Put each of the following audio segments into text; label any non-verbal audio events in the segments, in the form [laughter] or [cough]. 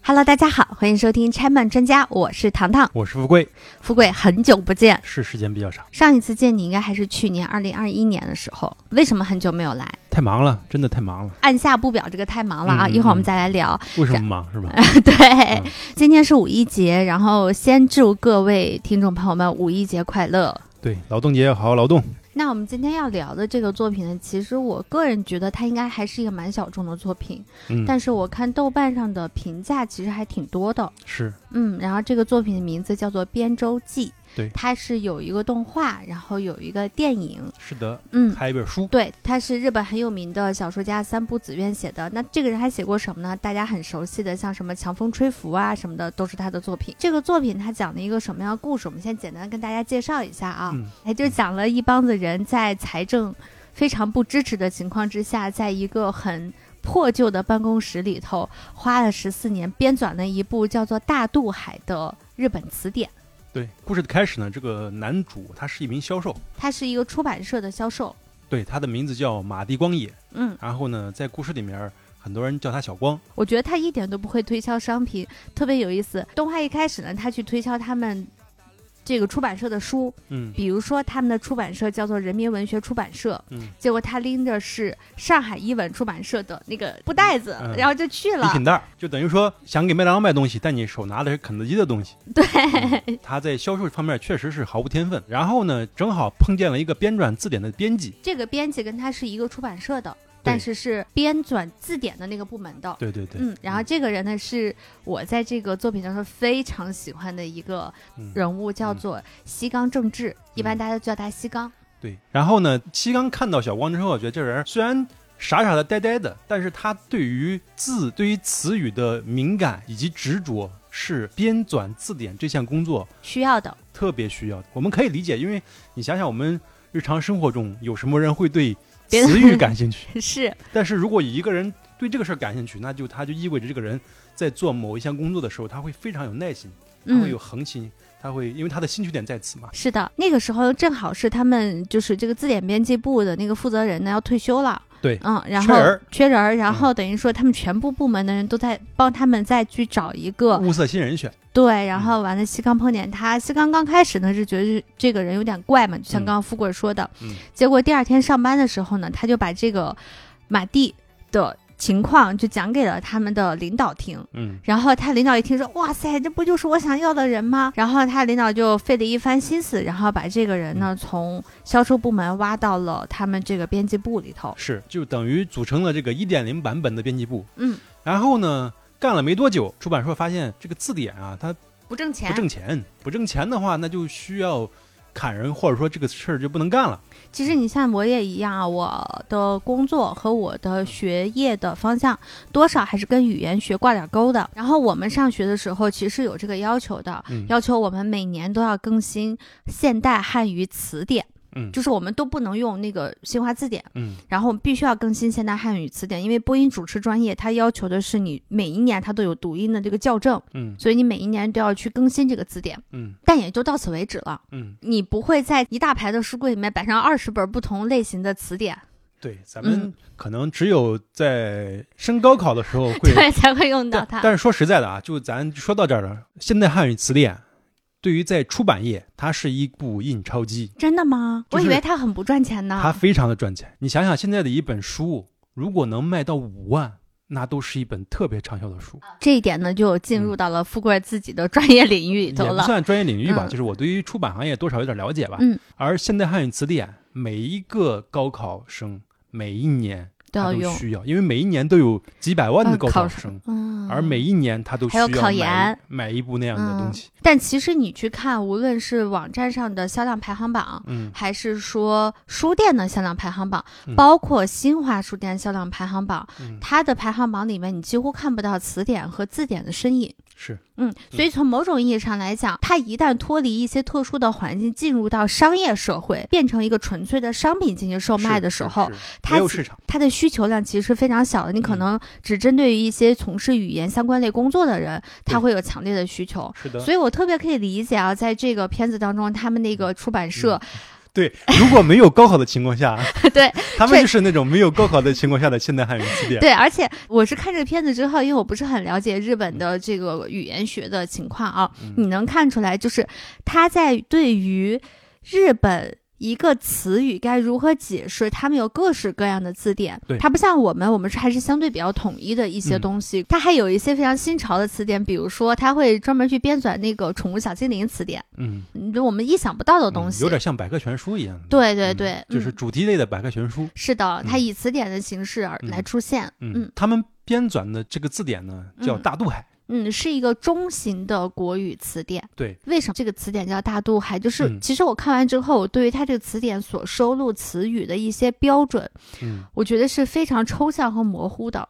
Hello，大家好，欢迎收听拆漫专家，我是糖糖。我是富贵，富贵，很久不见，是时间比较长，上一次见你应该还是去年二零二一年的时候，为什么很久没有来？太忙了，真的太忙了。按下不表这个太忙了啊，嗯嗯嗯一会儿我们再来聊。 [laughs] 为什么忙 [laughs] 是吗？对，今天是五一节，然后先祝各位听众朋友们五一节快乐。对，劳动节要好好劳动。那我们今天要聊的这个作品呢，其实我个人觉得它应该还是一个蛮小众的作品，嗯，但是我看豆瓣上的评价其实还挺多的。是嗯，然后这个作品的名字叫做《边州记》，对它是有一个动画，然后有一个电影，是的，嗯。还有一本书，对，他是日本很有名的小说家三浦紫苑写的。那这个人还写过什么呢？大家很熟悉的，像什么《强风吹拂》啊什么的，都是他的作品。这个作品他讲了一个什么样的故事？我们先简单跟大家介绍一下啊。嗯哎，就讲了一帮子人在财政非常不支持的情况之下，在一个很破旧的办公室里头，花了十四年编纂了一部叫做《大渡海》的日本词典。对。故事的开始呢，这个男主他是一名销售，它是一个出版社的销售。对，他的名字叫马蒂光野。嗯，然后呢，在故事里面，很多人叫他小光。我觉得他一点都不会推销商品，特别有意思。动画一开始呢，他去推销他们这个出版社的书，嗯比如说他们的出版社叫做人民文学出版社，嗯，结果他拎着是上海译文出版社的那个布袋子，嗯然后就去礼了。品袋儿就等于说想给麦当劳卖东西，但你手拿的是肯德基的东 [laughs] 西。对，嗯他在销售方面确实是毫无天分。然后呢，正好碰见了一个编撰字典的编辑。这个编辑跟他是一个出版社的，但是是编纂字典的那个部门的。对对对，嗯，然后这个人呢是我在这个作品当中非常喜欢的一个嗯人物，叫做西冈正治，一般嗯大家都叫他西冈。对，然后呢，西刚看到小光之后，我觉得这人虽然傻傻的、呆呆的，但是他对于字、对于词语的敏感以及执着，是编纂字典这项工作需要的，特别需要的。我们可以理解，因为你想想，我们日常生活中有什么人会对别的词语感兴趣？ [laughs] 是但是如果一个人对这个事儿感兴趣，那就他就意味着这个人在做某一项工作的时候，他会非常有耐心，他会有嗯，恒心，他会因为他的兴趣点在此嘛。是的，那个时候正好是他们就是这个字典编辑部的那个负责人呢要退休了，对嗯，然缺后人儿嗯缺人儿，然后等于说他们全部部门的人都在帮他们再去找一个、物色新人选，对，嗯然后完了西冈碰见他，西冈刚开始呢是觉得这个人有点怪嘛，就像嗯刚刚富贵说的，嗯结果第二天上班的时候呢，他就把这个马蒂的情况就讲给了他们的领导听，嗯，然后他领导一听说，哇塞，这不就是我想要的人吗？然后他领导就费了一番心思，然后把这个人嗯呢从销售部门挖到了他们这个编辑部里头。是，就等于组成了这个一点零版本的编辑部。嗯，然后呢，干了没多久，出版社发现这个字典啊，它不挣钱不挣钱，不挣钱的话，那就需要砍人，或者说这个事儿就不能干了。其实你像我也一样啊，我的工作和我的学业的方向多少还是跟语言学挂点钩的。然后我们上学的时候其实有这个要求的，嗯要求我们每年都要更新现代汉语词典，嗯就是我们都不能用那个新华字典，嗯，然后我们必须要更新现代汉语词典，因为播音主持专业它要求的是你每一年它都有读音的这个校正，嗯所以你每一年都要去更新这个字典，嗯但也就到此为止了。嗯，你不会在一大排的书柜里面摆上二十本不同类型的词典，对，咱嗯们可能只有在升高考的时候会，对，才会用到但它。但是说实在的啊，就咱说到这儿了，现代汉语词典。对于在出版业，它是一部印钞机， [laughs] 真的吗？就是我以为它很不赚钱它呢。非常的赚钱。你想想，现在的一本书如果能卖到五万，那都是一本特别畅销的书，这一点呢，就进入到了富贵自己的专业领域里头也不了。算专业领域吧，嗯就是我对于出版行业多少有点了解吧。嗯，而现代汉语词典，每一个高考生每一年都他要都用。需要，因为每一年都有几百万的嗯高考考生生，嗯，而每一年他都需还有要考买研嗯买一部那样的东西。但其实你去看，无论是网站上的销量排行榜，嗯还是说书店的销量排行榜，嗯包括新华书店销量排行榜，嗯，它的排行榜里面你几乎看不到词典和字典的身影。是嗯，所以从某种意义上来讲，它一旦脱离一些特殊的环境，进入到商业社会，变成一个纯粹的商品进行售卖是的时候，是是它没有其市场。它的需求量其实是非常小的。你可嗯能只针对于一些从事语言相关类工作的人，他对会有强烈的需求。是的，所以我特别可以理解啊，在这个片子当中，他们那个出版社，对，如果没有高考的情况下 [laughs] 对，他们这就是那种没有高考的情况下的现代汉语词典。对，而且我是看这个片子之后，因为我不是很了解日本的这个语言学的情况啊，嗯你能看出来，就是他在对于日本。一个词语该如何解释？他们有各式各样的字典对，它不像我们，我们是还是相对比较统一的一些嗯东西。它还有一些非常新潮的词典，比如说它会专门去编纂那个宠物小精灵词典，嗯，嗯就我们意想不到的嗯东西。有点像百科全书一样的。对对嗯对，就是嗯主题类的百科全书。是的，它嗯以词典的形式而来嗯出现。嗯，他们编纂的这个字典呢，叫嗯大渡海。嗯，是一个中型的国语词典。对，为什么这个词典叫大渡海？就是、嗯其实我看完之后，我对于它这个词典所收录词语的一些标准，嗯，我觉得是非常抽象和模糊的。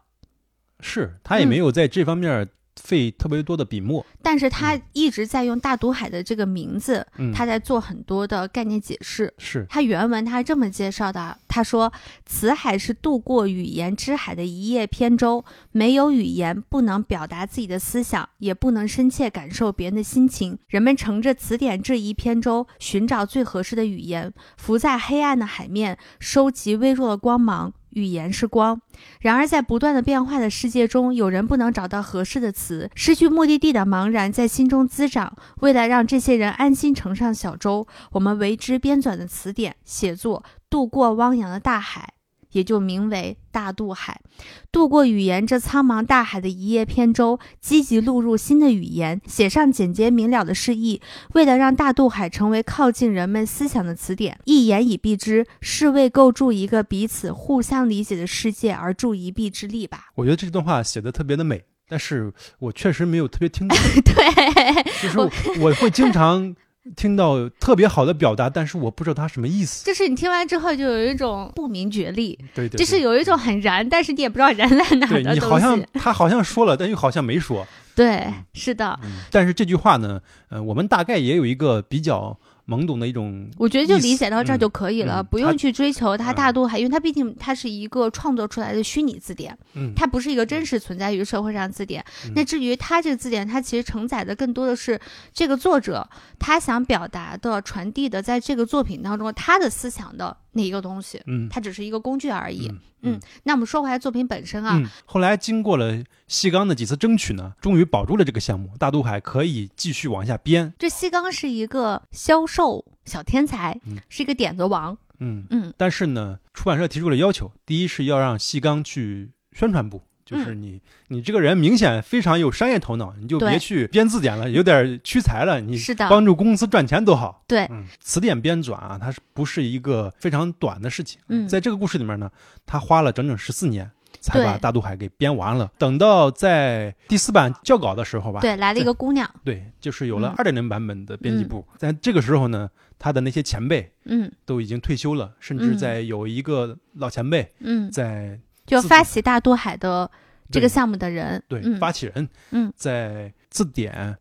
是他也嗯没有在这方面费特别多的笔墨。但是它嗯一直在用大渡海的这个名字，嗯，它在做很多的概念解释。是它原文它是这么介绍的啊，他说：“此海是渡过语言之海的一叶扁舟，没有语言不能表达自己的思想，也不能深切感受别人的心情。人们乘着词典这一扁舟，寻找最合适的语言，浮在黑暗的海面，收集微弱的光芒。”语言是光，然而在不断的变化的世界中，有人不能找到合适的词，失去目的地的茫然在心中滋长。为了让这些人安心乘上小舟，我们为之编纂的词典写作《渡过汪洋的大海》，也就名为《大渡海》。渡过语言这苍茫大海的一叶扁舟，积极录入新的语言，写上简洁明了的释义。为了让《大渡海》成为靠近人们思想的词典，一言以蔽之，是为构筑一个彼此互相理解的世界而助一臂之力吧。我觉得这段话写的特别的美，但是我确实没有特别听 [laughs] 懂，对，就是我我会经常听到特别好的表达，但是我不知道它什么意思。 [laughs] 就是你听完之后就有一种不明觉厉，对对，就是对有一种很燃，但是你也不知道燃在哪儿对的你好东像西。他好像说了，但又好像没说。对，是的，嗯，但是这句话呢，呃，我们大概也有一个比较懵懂的一种，我觉得就意思理解到这儿就可以了，嗯嗯不它用去追求它嗯大多还，因为它毕竟它是一个创作出来的虚拟字典，嗯，它不是一个真实存在于社会上的字典。嗯那至于它这个字典，它其实承载的更多的是这个作者他想表达的、传递的，在这个作品当中他的思想的那一个东西，嗯它只是一个工具而已。嗯嗯那我们说回来作品本身啊，嗯，后来经过了细钢的几次争取呢，终于保住了这个项目，大渡海可以继续往下编。这西冈是一个销售小天才，嗯是一个点子王。嗯，嗯但是呢，出版社提出了要求，第一是要让细钢去宣传部。就是你，你这个人明显非常有商业头脑，你就对别去编字典了，有点屈才了。你是的帮助公司赚钱多好。对嗯，词典编纂啊，它是不是一个非常短的事情？啊嗯在这个故事里面呢，他花了整整十四年才对把《大渡海》给编完了。等到在第四版校稿的时候吧，对，来了一个姑娘，对，就是有了嗯二点零版本的编辑部。在这个时候呢，他的那些前辈嗯都已经退休了，甚至嗯在有一个老前辈嗯，在就自发主起大渡海的这个对项目的人，对、嗯发起人，嗯，在字典，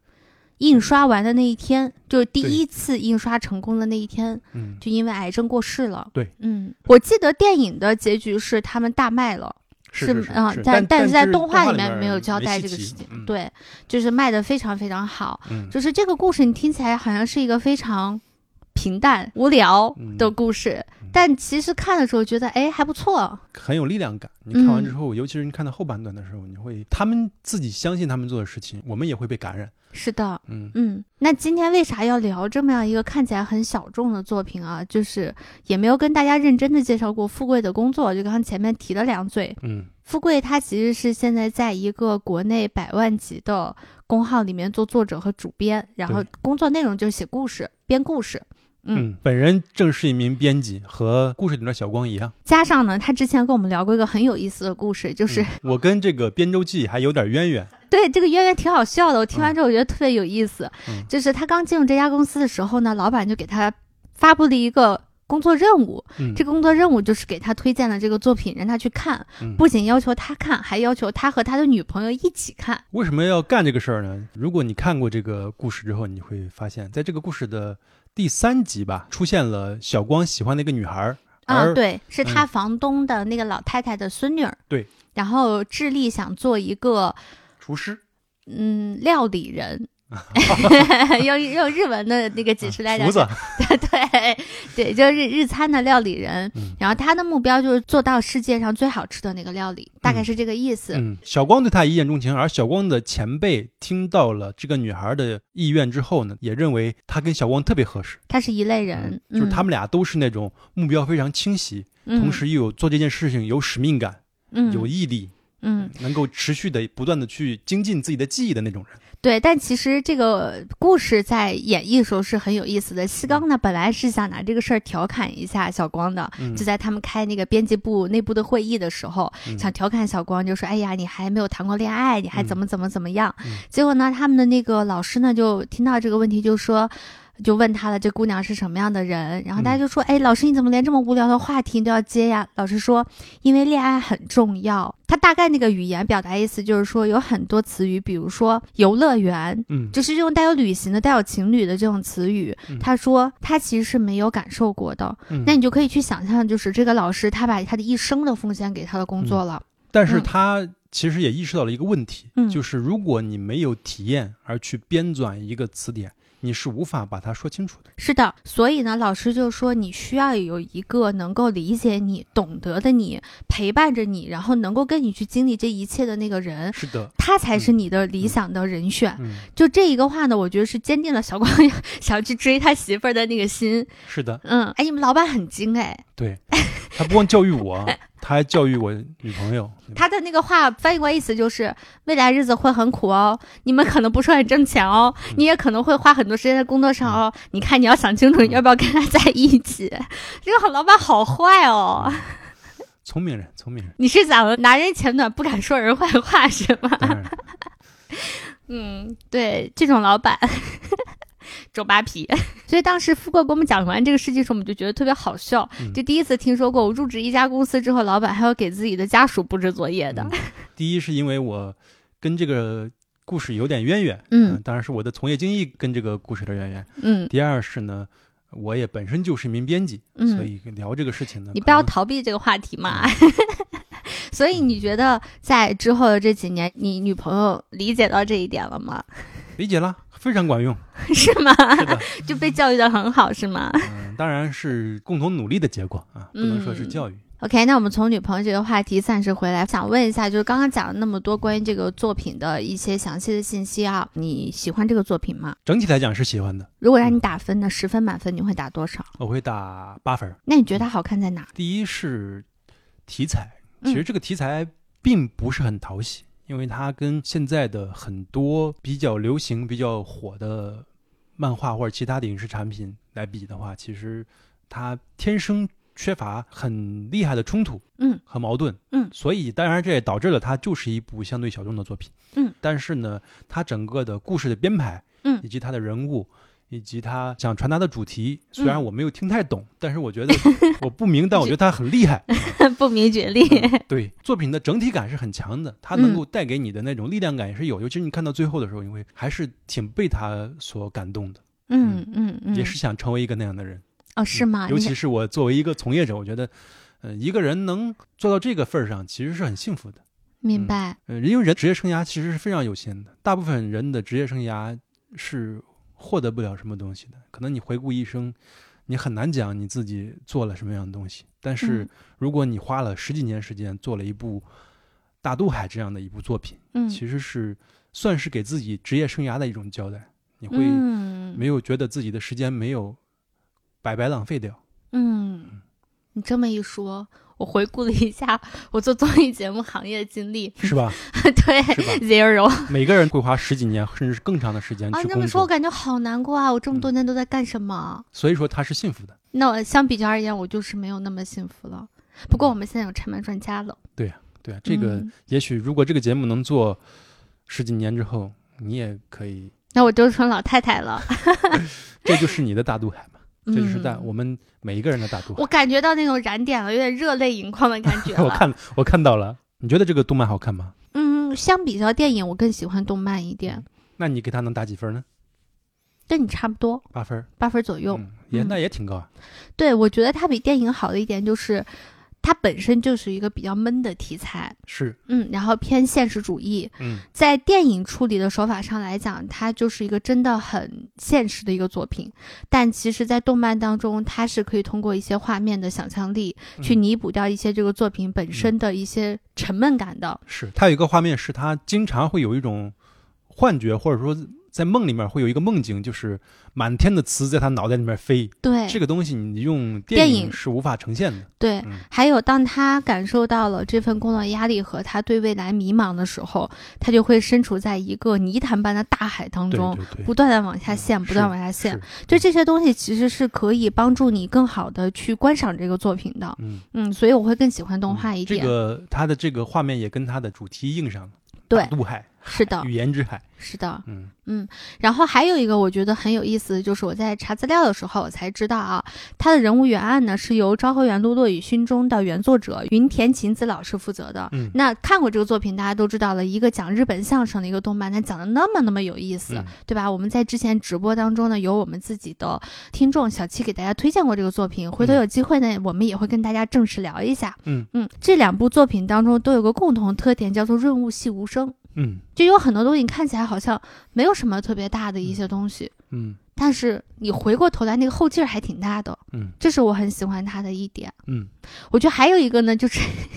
印刷完的那一天，就是第对一次印刷成功的那一天，嗯，就因为癌症过世了。对，嗯，我记得电影的结局是他们大卖了，是是啊，是但但是在动动画里面面没有交代没这个提事情，嗯、，对，就是卖的非常非常好。嗯，就是这个故事，你听起来好像是一个非常平淡无聊的故事，嗯但其实看的时候觉得，哎，还不错。很有力量感。你看完嗯之后，尤其是你看到后半段的时候，你会他们自己相信他们做的事情，我们也会被感染。是的，嗯，嗯，那今天为啥要聊这么样一个看起来很小众的作品啊？就是也没有跟大家认真的介绍过富贵的工作，就刚刚前面提了两嘴。嗯，富贵他其实是现在在一个国内百万级的公号里面做作者和主编，然后对工作内容就是写故事、编故事。嗯嗯，本人正是一名编辑，和故事里面的小光 [laughs] 一样。加上呢，他之前跟我们聊过一个很有意思的故事，就、就是嗯我跟这个《编舟记》还有点渊源。对，这个渊源挺好笑的，我听完之后我觉得特别有意思。嗯就是他刚进入这家公司的时候呢，老板就给他发布了一个工作任务，嗯，这个工作任务就是给他推荐了这个作品，让他去看。嗯不仅要求他看，还要求他和他的女朋友一起看。为什么要干这个事儿呢？如果你看过这个故事之后，你会发现，在这个故事的第三集吧，出现了小光喜欢的一个女孩儿，啊，而对，是他嗯房东的那个老太太的孙女儿。对，然后智利想做一个厨师， [laughs] 嗯料理人，用用日文的那个解释来讲嗯啊厨，子 [laughs] 对对，就是日日餐的料理人。嗯然后他的目标就是做到世界上最好吃的那个料理，大概是这个意思。嗯，小光对他一见钟情，而小光的前辈听到了这个女孩的意愿之后呢，也认为她跟小光特别合适。他是一类人，嗯就嗯是他们俩都是那种目标非常清晰，同、时又有做这件事情有使命感、嗯、嗯有毅力，嗯，能够持续的不断的去精进自己的技艺的那种人。对，但其实这个故事在演绎的时候是很有意思的。嗯西冈呢，本来是想拿这个事儿调侃一下小光的，嗯，就在他们开那个编辑部内部的会议的时候，嗯想调侃小光，就说：“哎呀，你还没有谈过恋爱，你还怎么怎么怎么样？”嗯结果呢，他们的那个老师呢，就听到这个问题，就说。就问他了，这姑娘是什么样的人？然后嗯大家就说：“哎，老师，你怎么连这么无聊的话题你都要接呀？”老师说：“因为恋爱很重要。”他大概那个语言表达意思就是说，有很多词语，比如说游乐园，嗯就是这种带有旅行的、带有情侣的这种词语嗯。他说他其实是没有感受过的，嗯那你就可以去想象，就是这个老师他把他的一生的奉献给他的工作了。但是嗯他其实也意识到了一个问题，嗯就是如果你没有体验而去编纂一个词典，你是无法把它说清楚的。是的，所以呢，老师就说你需要有一个能够理解你、懂得的你陪伴着你，然后能够跟你去经历这一切的那个人。是的，他才是你的理想的人选。嗯，就这一个话呢，我觉得是坚定了小光 [laughs] 想去追他媳妇儿的那个心。是的，嗯，哎，你们老板很精哎，对。他不光教育我，啊他还教育我女朋友。他的那个话翻译过来意思就是，未来日子会很苦哦，你们可能不是很挣钱哦，你也可能会花很多时间在工作上哦。你看，你要想清楚，你要不要跟他在一起？ [laughs] 这个好老板好坏哦，，聪明人，聪明人 [laughs] 你是咋了？拿人钱短，不敢说人坏话是吗？当然嗯，对，这种老 [laughs] 板。周扒皮， [laughs] 所以当时富贵给我们讲完这个事情的时候，我们就觉得特别好笑。嗯就第一次听说过，我入职一家公司之后，老板还要给自己的家属布置作业的。嗯第一是因为我跟这个故事有点渊源，嗯当然是我的从业经历跟这个故事的渊源。嗯第二是呢，我也本身就是一名编辑，嗯，所以聊这个事情呢，你可不要能逃避这个话题嘛。嗯 [laughs] 所以你觉得在之后的这几年，你女朋友理解到这一点了吗？ [laughs] 理解了，非常管用，是吗？是的， [laughs] 就被教育的很好是吗嗯，当然是共同努力的结果啊，不能说是嗯教育。 ？OK，那我们从女朋友这个话题暂时回来，想问一下，就是刚刚讲了那么多关于这个作品的一些详细的信息啊，你喜欢这个作品吗？整体来讲是喜欢的，如果让你打分呢，十分满分你会打多少？我会打八分儿。那你觉得它好看在哪？第一是题材，嗯其实这个题材并不是很讨喜，因为它跟现在的很多比较流行、比较火的漫画或者其他的影视产品来比的话，其实它天生缺乏很厉害的冲突，嗯，和矛盾，嗯所以当然这也导致了它就是一部相对小众的作品，嗯，但是呢，它整个的故事的编排，嗯以及它的人物。以及他想传达的主题，虽然嗯我没有听太懂，但是我觉得我不明，但我觉得他很 [laughs] 厉害。 [laughs] 不明觉厉。对作品的整体感是很强的，它能够嗯带给你的那种力量感也是有，尤其是你看到最后的时候，你会还是挺被他所感动的，嗯嗯嗯，也是想成为一个那样的人。嗯哦，是吗？尤你其是我作为一个从业者，我觉得，呃，一个人能做到这个份儿上，其实是很幸福的。明白？呃，因为人职业生涯其实是非常有限的，大部分人的职业生涯是获得不了什么东西的。可能你回顾一生，你很难讲你自己做了什么样的东西。但是嗯如果你花了十几年时间做了一部《大渡海》这样的一部作品，嗯，其实是算是给自己职业生涯的一种交代。你会嗯没有觉得自己的时间没有白白浪 [laughs] 费掉？嗯，你这么一说，我回顾了一下我做综艺节目行业的经历， [laughs] 是吧？对是吧 [laughs] zero 每个人会花十几年甚至是更长的时间啊，去你这工么说，我作，嗯感觉好难过啊！我这么多年都在干什么？所以说他是幸福的。那我相比较而言，我就是没有那么幸福了。不过我们现在有拆漫专家了，对嗯啊，这个嗯也许如果这个节目能做十几年之后，你也可以，那我就成老太太了。这就是你的大渡海 [laughs] 嘛， [laughs] 这就是大、嗯我们每一个人的大渡海我。感觉到那种燃点了，有点热泪盈眶的感觉 [laughs] 我了。看我看到了，你觉得这个动漫好看吗？嗯，相比较电影，我更喜欢动漫一嗯点，那你给它能打几分呢？跟你差不多，八分儿，嗯八分左右。嗯，也那也挺高啊。对，我觉得它比电影好的一点就是，它本身就是一个比较闷的题材，是，嗯，然后偏现实主义，嗯在电影处理的手法上来讲，它就是一个真的很现实的一个作品。但其实，在动漫当中，它是可以通过一些画面的想象力 [laughs] 嗯去弥补掉一些这个作品本身的一些沉闷感的。是。它有一个画面是他经常会有一种幻觉，或者说在梦里面会有一个梦境，就是满天的词在他脑袋里面飞，对，这个东西你用电电影影是无法呈现的。对，嗯还有当他感受到了这份工作压力和他对未来迷茫的时候，他就会身处在一个泥潭般的大海当对中，对对，不断的往下陷，嗯不断是往下陷是。就这些东西其实是可以帮助你更好的去观赏这个作品的。嗯，嗯，所以我会更喜欢动画一点。这个它的这个画面也跟它的主题映上了，对哦大渡海是的，语言之海，是的。嗯然后还有一个我觉得很有意思的就是我在查资料的时候我才知道啊，它的人物原案呢是由《昭和元禄落雨勋中》的原作者云田琴子老师负责的。嗯那看过这个作品，大家都知道了，一个讲日本相声的一个动漫，它讲的那么那么有意思，嗯对吧？我们在之前直播当中呢，有我们自己的听众小七给大家推荐过这个作品，回头有机会呢，我们也会跟大家正式聊一下。嗯嗯，这两部作品当中都有个共同特点，叫做润物细无声，嗯就有很多东西看起来好像没有什么特别大的一些东西，嗯但是你回过头来那个后劲儿还挺大的，哦嗯这是我很喜欢它的一点。嗯我觉得还有一个呢，就是 [laughs]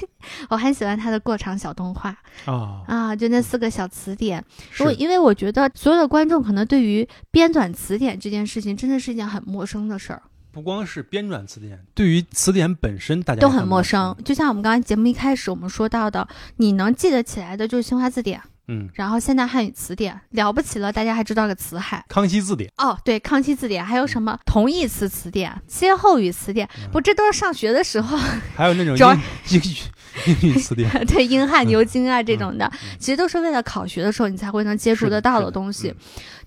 我很喜欢它的过场小动画啊，啊，就那四个小词典，是我因为我觉得所有的观众可能对于编纂词典这件事情，真的是一件很陌生的事儿，不光是编纂词典，对于词典本身大家都也很陌陌生。。就像我们刚才节目一开始我们说到的，你能记得起来的就是新华字典，嗯，然后现代汉语词典，了不起了，大家还知道个词海。康熙字典哦，对，康熙字典，嗯还有什么同义词词典、歇后语词典，不，这都是上学的时候 [laughs] 还有那种主要英英语英语词典， [laughs] 对英汉牛津啊这种的嗯，其实都是为了考学的时候你才会能接触是的得到是的的东西嗯。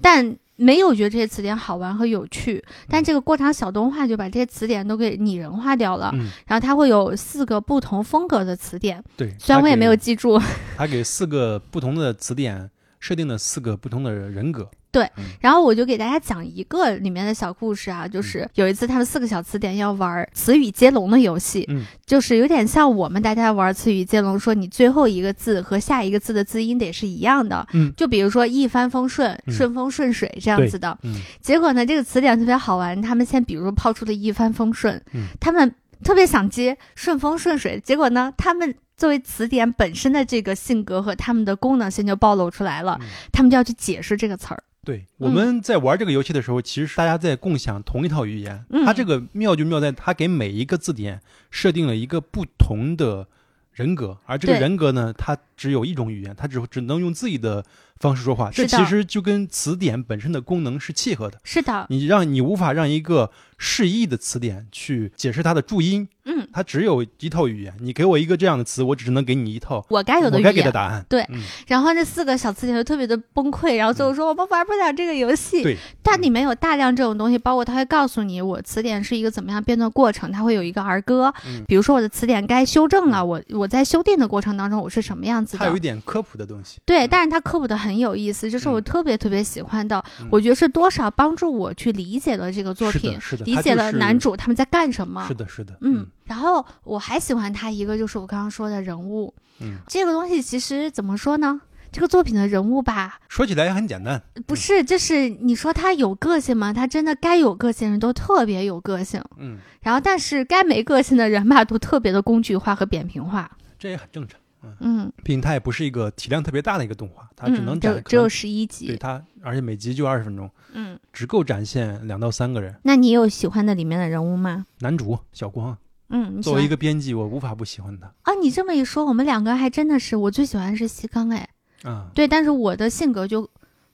但没有觉得这些词典好玩和有趣，嗯但这个过场小动画就把这些词典都给拟人化掉了，嗯，然后它会有四个不同风格的词典，对。虽然他我也给没有，记住，他给四个不同的词典设定了四个不同的人格。然后我就给大家讲一个里面的小故事嗯啊，就是有一次他们四个小词典要玩词语接龙的游戏，嗯就是有点像我们大家玩词语接龙，说你最后一个字和下一个字的字音得是一样的。嗯就比如说一帆风顺、嗯顺风顺水这样子的。嗯结果呢，这个词典特别好玩，他们先比如抛出了一帆风顺，嗯他们特别想接顺风顺水，结果呢，他们作为词典本身的这个性格和他们的功能性就暴露出来了，嗯他们就要去解释这个词儿。对，我嗯们在玩这个游戏的时候，其实是大家在共享同一套语言。嗯它这个妙就妙在，它给每一个字典设定了一个不同的人格，而这个对人格呢，它只有一种语言，它只只能用自己的方式说话。这是的其实就跟词典本身的功能是契合的。是的，你让你无法让一个释义的词典去解释它的注音，嗯，它只有一套语言。你给我一个这样的词，我只能给你一套我该有的我语该给的言。答案。对嗯然后那四个小词典就特别的崩溃，然后最后说我们玩不了这个游戏。对，但里面有大量这种东西，包括它会告诉你我词典是一个怎么样变动过程，它会有一个儿歌，嗯比如说我的词典该修正了，我我在修订的过程当中我是什么样子它有一的。点科普的东西。对，但是它科普的很有意思，这是我嗯特别特别喜欢的，嗯我觉得是多少帮助我去理解了这个作是品的，，是的，理它解就了是男主他们在干什么是。的，是的，嗯，然后我还喜欢他一个就是我刚刚说的人物，嗯，这个东西其实怎么说呢？这个作品的人物吧，说起来也很简单，不是，就是你说他有个性吗？他真的该有个性的人都特别有个性，嗯，然后但是该没个性的人吧，都特别的工具化和扁平化。这也很正常。嗯，毕竟它也不是一个体量特别大的一个动画，它只能嗯展、就只有可能十一对集。它，而且每集就二十分钟，嗯，只够展现两到三个人。那你有喜欢的里面的人物吗？男主小光嗯，你喜作为欢一个编辑，我无法不喜欢他啊，你这么一说，我们两个还真的是，我最喜欢的是西冈哎，啊。对，但是我的性格就，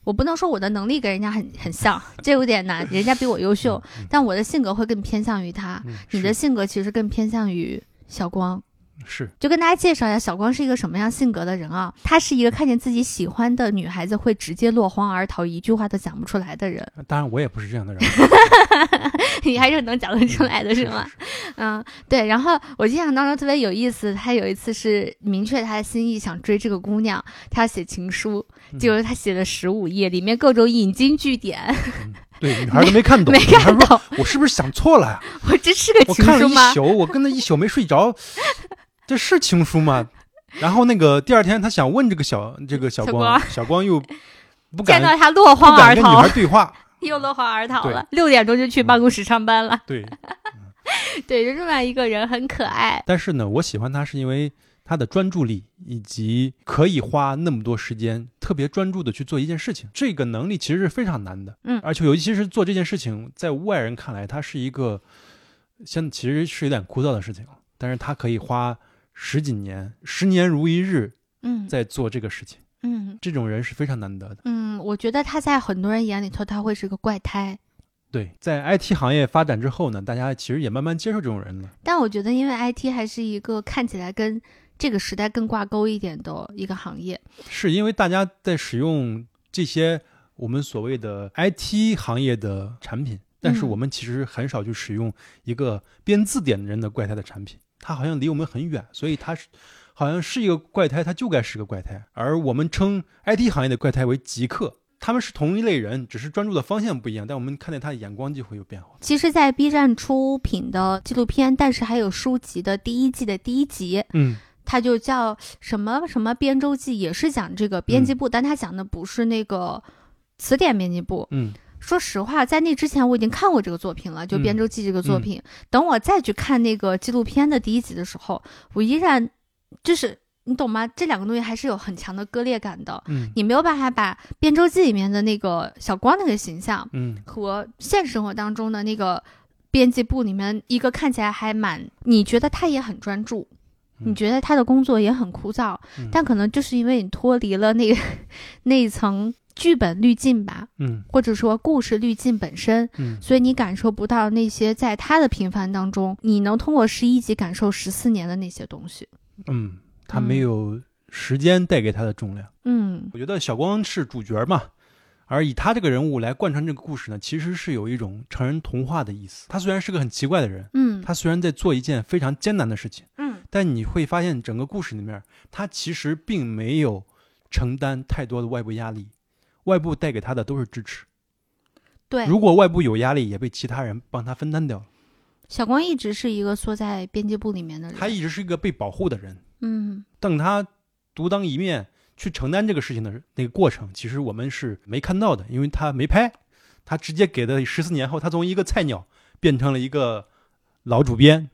我不能说我的能力跟人家很很像，这有点难，人家比我优秀，嗯但我的性格会更偏向于他。嗯，你的性格其实更偏向于小光。是是就跟大家介绍一下，小光是一个什么样性格的人啊？她是一个看见自己喜欢的女孩子会直接落荒而逃，一句话都讲不出来的人。 [laughs] 当然我也不是这样的人，你还是能讲得出来的是吗？是嗯，对。然后我印象当中特别有意思，他有一次是明确他的心意，想追这个姑娘，他要写情书，嗯结果他写了十五页，里面各种引经据典。嗯对，女孩都没看懂， [laughs] 没女孩看说懂，我是不是想错了 [laughs] 呀？我这是个我情看了书吗一？宿，我跟他一宿没睡着，这是情书吗？然后那个第二天，他想问这个小这个小小光，小光又不见敢到他落不荒而敢跟女逃孩，对话，又落荒而逃对嗯了。六点钟就去办公室上班了。 [laughs] 对。对，就这么样一个人很可爱。但是呢，我喜欢他是因为他的专注力，以及可以花那么多时间特别专注的去做一件事情，这个能力其实是非常难的。嗯而且尤其是做这件事情，在外人看来，它是一个像其实是有点枯燥的事情，但是他可以花十几年、十年如一日嗯在做这个事情，嗯这种人是非常难得的。嗯，我觉得他在很多人眼里头，他会是个怪胎。对，在 IT 行业发展之后呢，大家其实也慢慢接受这种人了。但我觉得，因为 IT 还是一个看起来跟这个时代更挂钩一点的一个行业。是因为大家在使用这些我们所谓的 IT 行业的产品，但是嗯我们其实很少去使用一个编字典人的怪胎的产品，它好像离我们很远，所以它是好像是一个怪胎，它就该是个怪胎，而我们称 IT 行业的怪胎为极客。他们是同一类人，只是专注的方向不一样，但我们看待他的眼光就会有变化。其实，在 B 站出品的纪录片，但是还有书籍的第一季的第一集，嗯，它就叫什么什么编周记，也是讲这个嗯编辑部，但它讲的不是那个词典编辑部。嗯，说实话，在那之前我已经看过这个作品了，就嗯《编周记》这个作品。等我再去看那个纪录片的第一集的时候，我依然就是你懂吗？这两个东西还是有很强的割裂感的。嗯你没有办法把《编周记》里面的那个小光那个形象嗯，和现实生活当中的那个编辑部里面一个看起来还蛮，你觉得他也很专注，嗯你觉得他的工作也很枯燥，嗯但可能就是因为你脱离了那个那一层剧本滤镜吧，嗯或者说故事滤镜本身。嗯所以你感受不到那些在他的平凡当中，你能通过十一集感受十四年的那些东西。嗯，他没有时间带给他的重量。嗯我觉得小光是主角嘛，而以他这个人物来贯穿这个故事呢，其实是有一种成人童话的意思。他虽然是个很奇怪的人，嗯他虽然在做一件非常艰难的事情，嗯但你会发现整个故事里面，他其实并没有承担太多的外部压力，外部带给他的都是支持。对，如果外部有压力，也被其他人帮他分担掉了。小光一直是一个缩在编辑部里面的人。他一直是一个被保护的人。嗯等他独当一面去承担这个事情的那个过程，其实我们是没看到的，因为他没拍，他直接给的十四年后，他从一个菜鸟变成了一个老主编，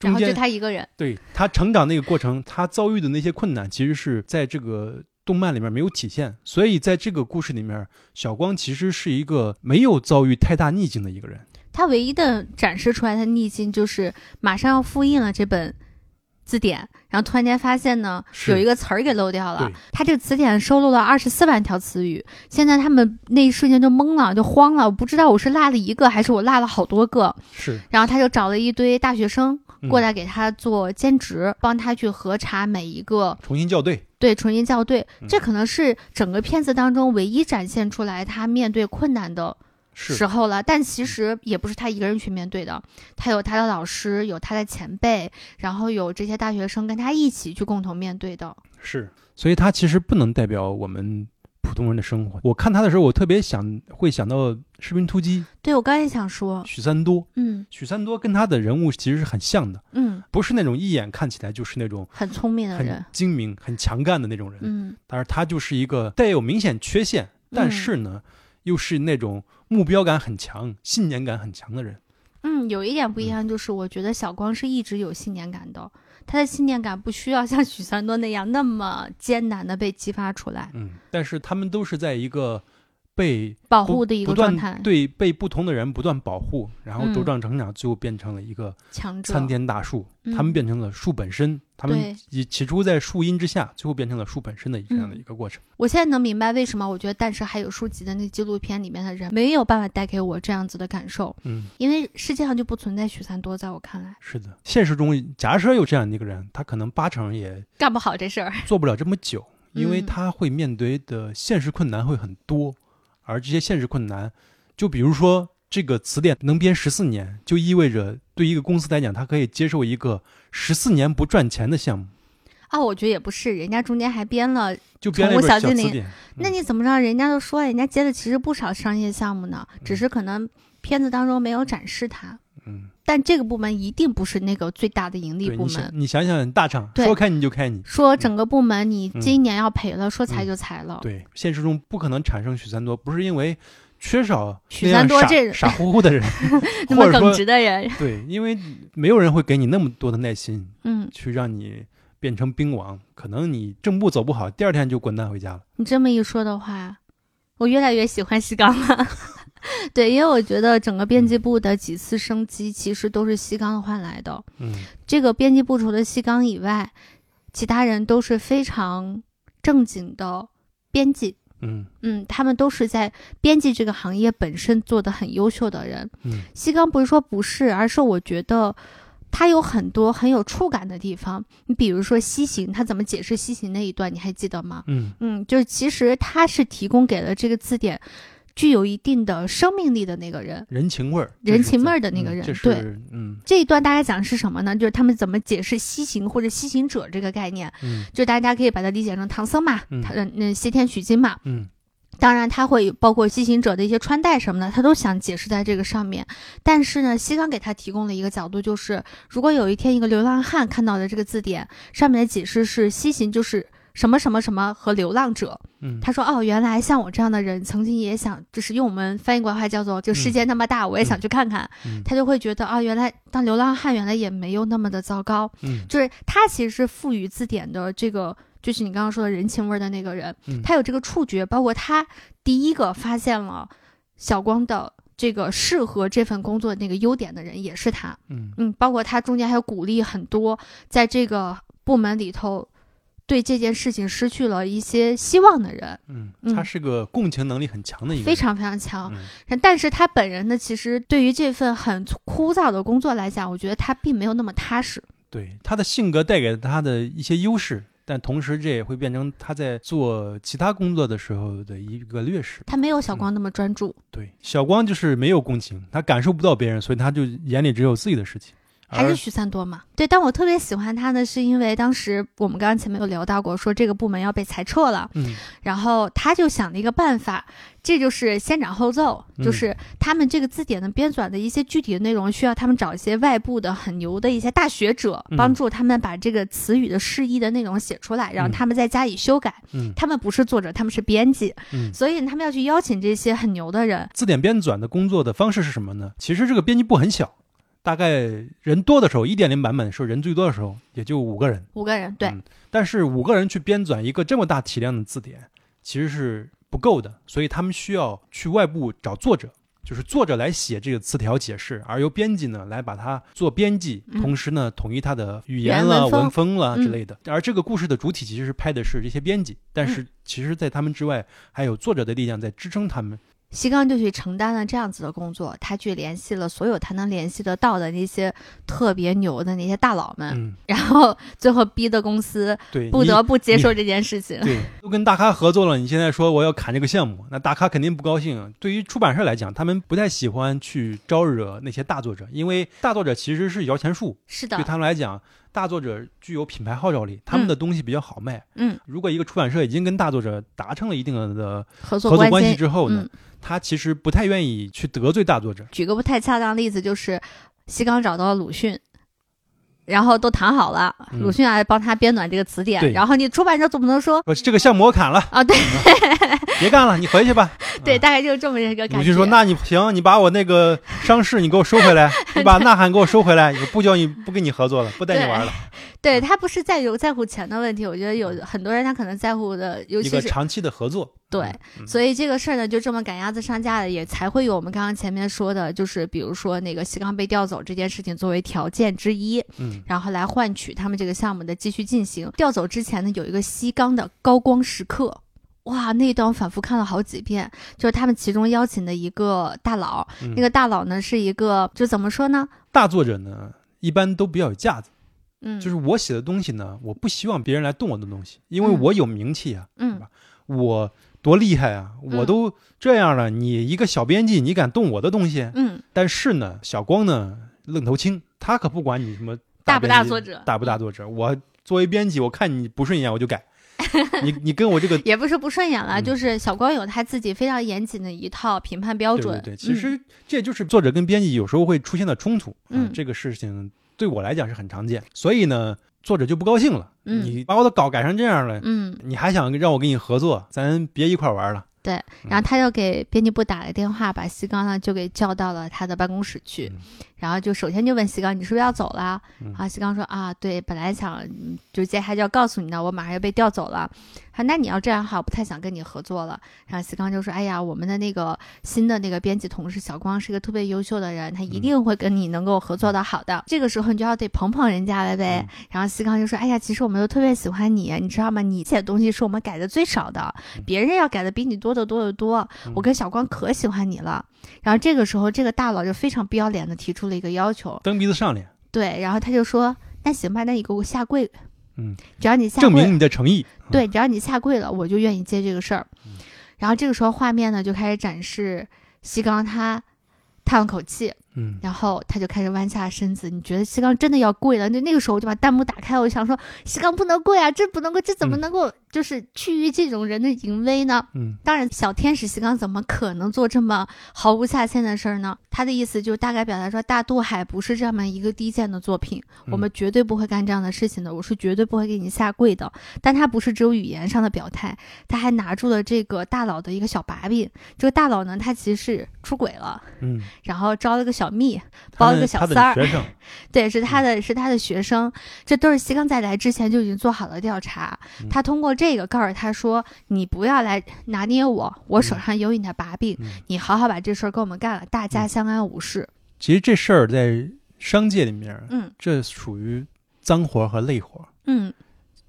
然中后就间他一个人。对他成长那个过程，他遭遇的那些困难，其实是在这个动漫里面没有体现，所以在这个故事里面，小光其实是一个没有遭遇太大逆境的一个人。他唯一的展示出来的逆境就是马上要复印了这本字典，然后突然间发现呢，是有一个词儿给漏掉了对。他这个词典收录了二十四万条词语，现在他们那一瞬间就懵了，就慌了，我不知道我是落了一个还是我落了好多个。是然后他就找了一堆大学生嗯过来给他做兼职，帮他去核查每一个重新校对，对重新校对。嗯这可能是整个片子当中唯一展现出来他面对困难的是时候了，但其实也不是他一个人去面对的，他有他的老师，有他的前辈，然后有这些大学生跟他一起去共同面对的。是，所以它其实不能代表我们普通人的生活。我看它的时候，我特别想会想到《士兵突击》对我刚才想说，许三多，嗯许三多跟他的人物其实是很像的，嗯，不是那种一眼看起来就是那种很聪明的很人，精明、很强干的那种人，嗯但是他就是一个带有明显缺陷，但是呢，又是那种目标感很强、信念感很强的人。嗯，有一点不一样就是，我觉得小光是一直有信念感的，他的信念感不需要像许三多那样那么艰难的被激发出来，嗯，但是他们都是在一个被保不护的一不个断状态，对被不同的人不断保护，然后嗯茁壮成长，最后变成了一个强者参。天大树，嗯他们变成了树本身，他们对以起初在树荫之下，最后变成了树本身的这样的嗯一个过程。我现在能明白为什么我觉得，但是还有书籍的那纪录片里面的人没有办法带给我这样子的感受。嗯，因为世界上就不存在许三多，在我看来是的。现实中，假设有这样的一个人，他可能八成也干不好这事儿。做不了这么久，嗯因为他会面对的现实困难会很多，而这些现实困难，就比如说这个词典能编十四年，就意味着对一个公司来讲，它可以接受一个十四年不赚钱的项目。啊，我觉得也不是，人家中间还编了，就编了一宠物本小小精灵词典。那你怎么知道人家都说人家接的其实不少商业项目呢？只是可能片子当中没有展示它，嗯，但这个部门一定不是那个最大的盈利对，部你想门。你想想，大厂对说开你就开你。说整个部门你嗯今年要赔了，说裁就裁了。对，现实中不可能产生许三多，不是因为缺少许那样三多傻这，傻乎乎的人 [laughs] 那 [laughs] 么或者耿说直的人， [laughs] 对，因为没有人会给你那么多的耐心嗯，去让你变成兵王，可能你正步走不好，第二天就滚蛋回家了。你这么一说的话，我越来越喜欢西冈了。 [laughs] 对，因为我觉得整个编嗯辑部的几次升级，其实都是西冈换来的。嗯，这个编辑部除了西冈以外，其他人都是非常正经的编辑。嗯嗯，他们都是在编辑这个行业本身做得很优秀的人。嗯西冈不是说不是，而是我觉得它有很多很有触感的地方。你比如说西行，他怎么解释西行那一段，你还记得吗？嗯嗯，就是其实他是提供给了这个字典具有一定的生命力的那个人。人情味儿，人情味儿儿的那个人这对是嗯这一段大概讲的是什么呢？就是他们怎么解释西行或者西行者这个概念，嗯就大家可以把它理解成唐僧嘛，嗯他嗯西天取经嘛。嗯当然，他会有包括西行者的一些穿戴什么的，他都想解释在这个上面。但是呢，西冈给他提供了一个角度，就是如果有一天一个流浪汉看到的这个字典上面的解释是西行就是什么什么什么和流浪者，嗯，他说：“哦，原来像我这样的人，曾经也想，就是用我们翻译过来的话叫做，就世界那么大，我也想去看看。嗯他就会觉得，哦，原来当流浪汉原来也没有那么的糟糕。嗯就是他其实是赋予字典的这个，就是你刚刚说的人情味儿的那个人，嗯他有这个触觉，包括他第一个发现了小光的这个适合这份工作的那个优点的人，也是他。嗯嗯，包括他中间还有鼓励很多在这个部门里头对这件事情失去了一些希望的人，嗯嗯嗯，他是个共情能力很强的一个人，非常非常强。嗯但是他本人呢，其实对于这份很枯燥的工作来讲，我觉得他并没有那么踏实。对他的性格带给他的一些优势，但同时这也会变成他在做其他工作的时候的一个劣势。他没有嗯小光那么专注，对，小光就是没有共情，他感受不到别人，所以他就眼里只有自己的事情。还而是许三多嘛？对，但我特别喜欢他呢，是因为当时我们刚刚前面有聊到过，说这个部门要被裁撤了，嗯然后他就想了一个办法，这就是先斩后奏，嗯就是他们这个字典的编纂的一些具体的内容，需要他们找一些外部的很牛的一些大学者，嗯帮助他们把这个词语的释义的内容写出来，然后嗯他们再加以修改。嗯他们不是作者，他们是编辑，嗯，所以他们要去邀请这些很牛的人。字典编纂的工作的方式是什么呢？其实这个编辑部很小，大概人多的时候，一点零版本的时候人最多的时候也就五个人，五个人，对，嗯但是五个人去编纂一个这么大体量的字典，其实是不够的，所以他们需要去外部找作者，就是作者来写这个词条解释，而由编辑呢来把它做编辑，嗯同时呢统一它的语原言文了、风文风了嗯之类的。而这个故事的主体其实是拍的是这些编辑，但嗯是其实，在他们之外还有作者的力量在支撑他们。西冈就去承担了这样子的工作，他去联系了所有他能联系得到的那些特别牛的那些大佬们，嗯，然后最后逼的公司对，不你得不接受这件事 [laughs] 情。对，都跟大咖合作了，你现在说我要砍这个项目，那大咖肯定不高兴。对于出版社来讲，他们不太喜欢去招惹那些大作者，因为大作者其实是摇钱树，是的对，他们来讲，大作者具有品牌号召力，他们的东西比较好卖。嗯，如果一个出版社已经跟大作者达成了一定的合作合作关关系系之后呢，嗯他其实不太愿意去得罪大作者。举个不太恰当的例子，就是西冈找到了鲁迅，然后都谈好了，嗯鲁迅还帮他编纂这个词典，对然后你出版社总不能说说呃这个项目我砍了，啊，对别干了，你回去吧。对，大概就是这么一个感啊鲁觉。迅说：“那你行，你把我那个伤势你给我收回来，你把呐喊给我收回来，我不教你不跟你合作了，不带你玩了。对他不是在有在乎钱的问题，我觉得有很多人他可能在乎的，尤一其 [laughs] 个是长期的合作，对，嗯所以这个事儿呢，就这么赶鸭子上架了，也才会有我们刚刚前面说的，就是比如说那个西冈被调走这件事情作为条件之一，嗯然后来换取他们这个项目的继续进行。调走之前呢，有一个西冈的高光时刻。哇，那一段我反复看了好几遍，就是他们其中邀请的一个大佬，嗯那个大佬呢是一个，就怎么说呢，大作者呢，一般都比较有架子，嗯，就是我写的东西呢，我不希望别人来动我的东西，因为嗯我有名气啊，嗯我多厉害啊，嗯我都这样了，你一个小编辑，你敢动我的东西？嗯，但是呢，小光呢，愣头青，他可不管你什么大不大编辑作者大不大作者，我作为编辑，我看你不顺眼我就改， [laughs] 你你跟我这个也不是不顺眼了，嗯就是小光有他自己非常严谨的一套评判标对哦准。对对，其实这就是作者跟编辑有时候会出现的冲突，啊嗯这个事情对我来讲是很常见，所以呢，作者就不高兴了，嗯你把我的稿改成这样了，嗯，嗯，你还想让我跟你合作，咱别一块玩了。对。嗯然后他就给编辑部打了电话，把西冈呢就给叫到了他的办公室去，嗯然后就首先就问西冈你是不是要走了？嗯然后西冈说啊，对，本来想嗯就接下来就要告诉你呢，我马上要被调走了。他说那你要这样好，不太想跟你合作了。然后西冈就说，哎呀，我们的那个新的那个编辑同事小光是个特别优秀的人，他一嗯定会跟你能够合作的好的。这个时候你就要得捧捧人家了呗。嗯然后西康就说：“哎呀，其实我们都特别喜欢你，你知道吗？你写的东西是我们改的最少的，别人要改的比你多得多得多。嗯我跟小光可喜欢你了。”然后这个时候，这个大佬就非常不要脸的提出了一个要求，蹬鼻子上脸，对，然后他就说：“那行吧，那你给我下跪，嗯，只要你下证跪，明嗯你的诚意。对，只要你下跪了，我就愿意接这个事儿。”嗯然后这个时候，画面呢就开始展示西冈他叹了口气，嗯，然后他就开始弯下身子，你觉得西冈真的要跪了？那那个时候我就把弹幕打开，我就想说西冈不能跪啊，这不能跪，这怎么嗯能够就是趋于这种人的淫威呢？嗯，当然，小天使西冈怎么可能做这么毫无下限的事儿呢？他的意思就大概表达说，大渡海不是这么一个低贱的作品，嗯我们绝对不会干这样的事情的，我是绝对不会给你下跪的。但他不是只有语言上的表态，他还拿住了这个大佬的一个小把柄。这个大佬呢，他其实是出轨了，嗯，然后招了个小蜜，他包了的个小他三儿的 [laughs] 学生，对，是嗯他的，是他的学生，这都是西冈在来之前就已经做好了调查。嗯他通过这个告诉他说：“你不要来拿捏我，我手嗯上有你的把柄，嗯你好好把这事儿跟我们干了，大家相安无事。其实这事儿在商界里面，嗯”这属于脏活儿和累活儿，嗯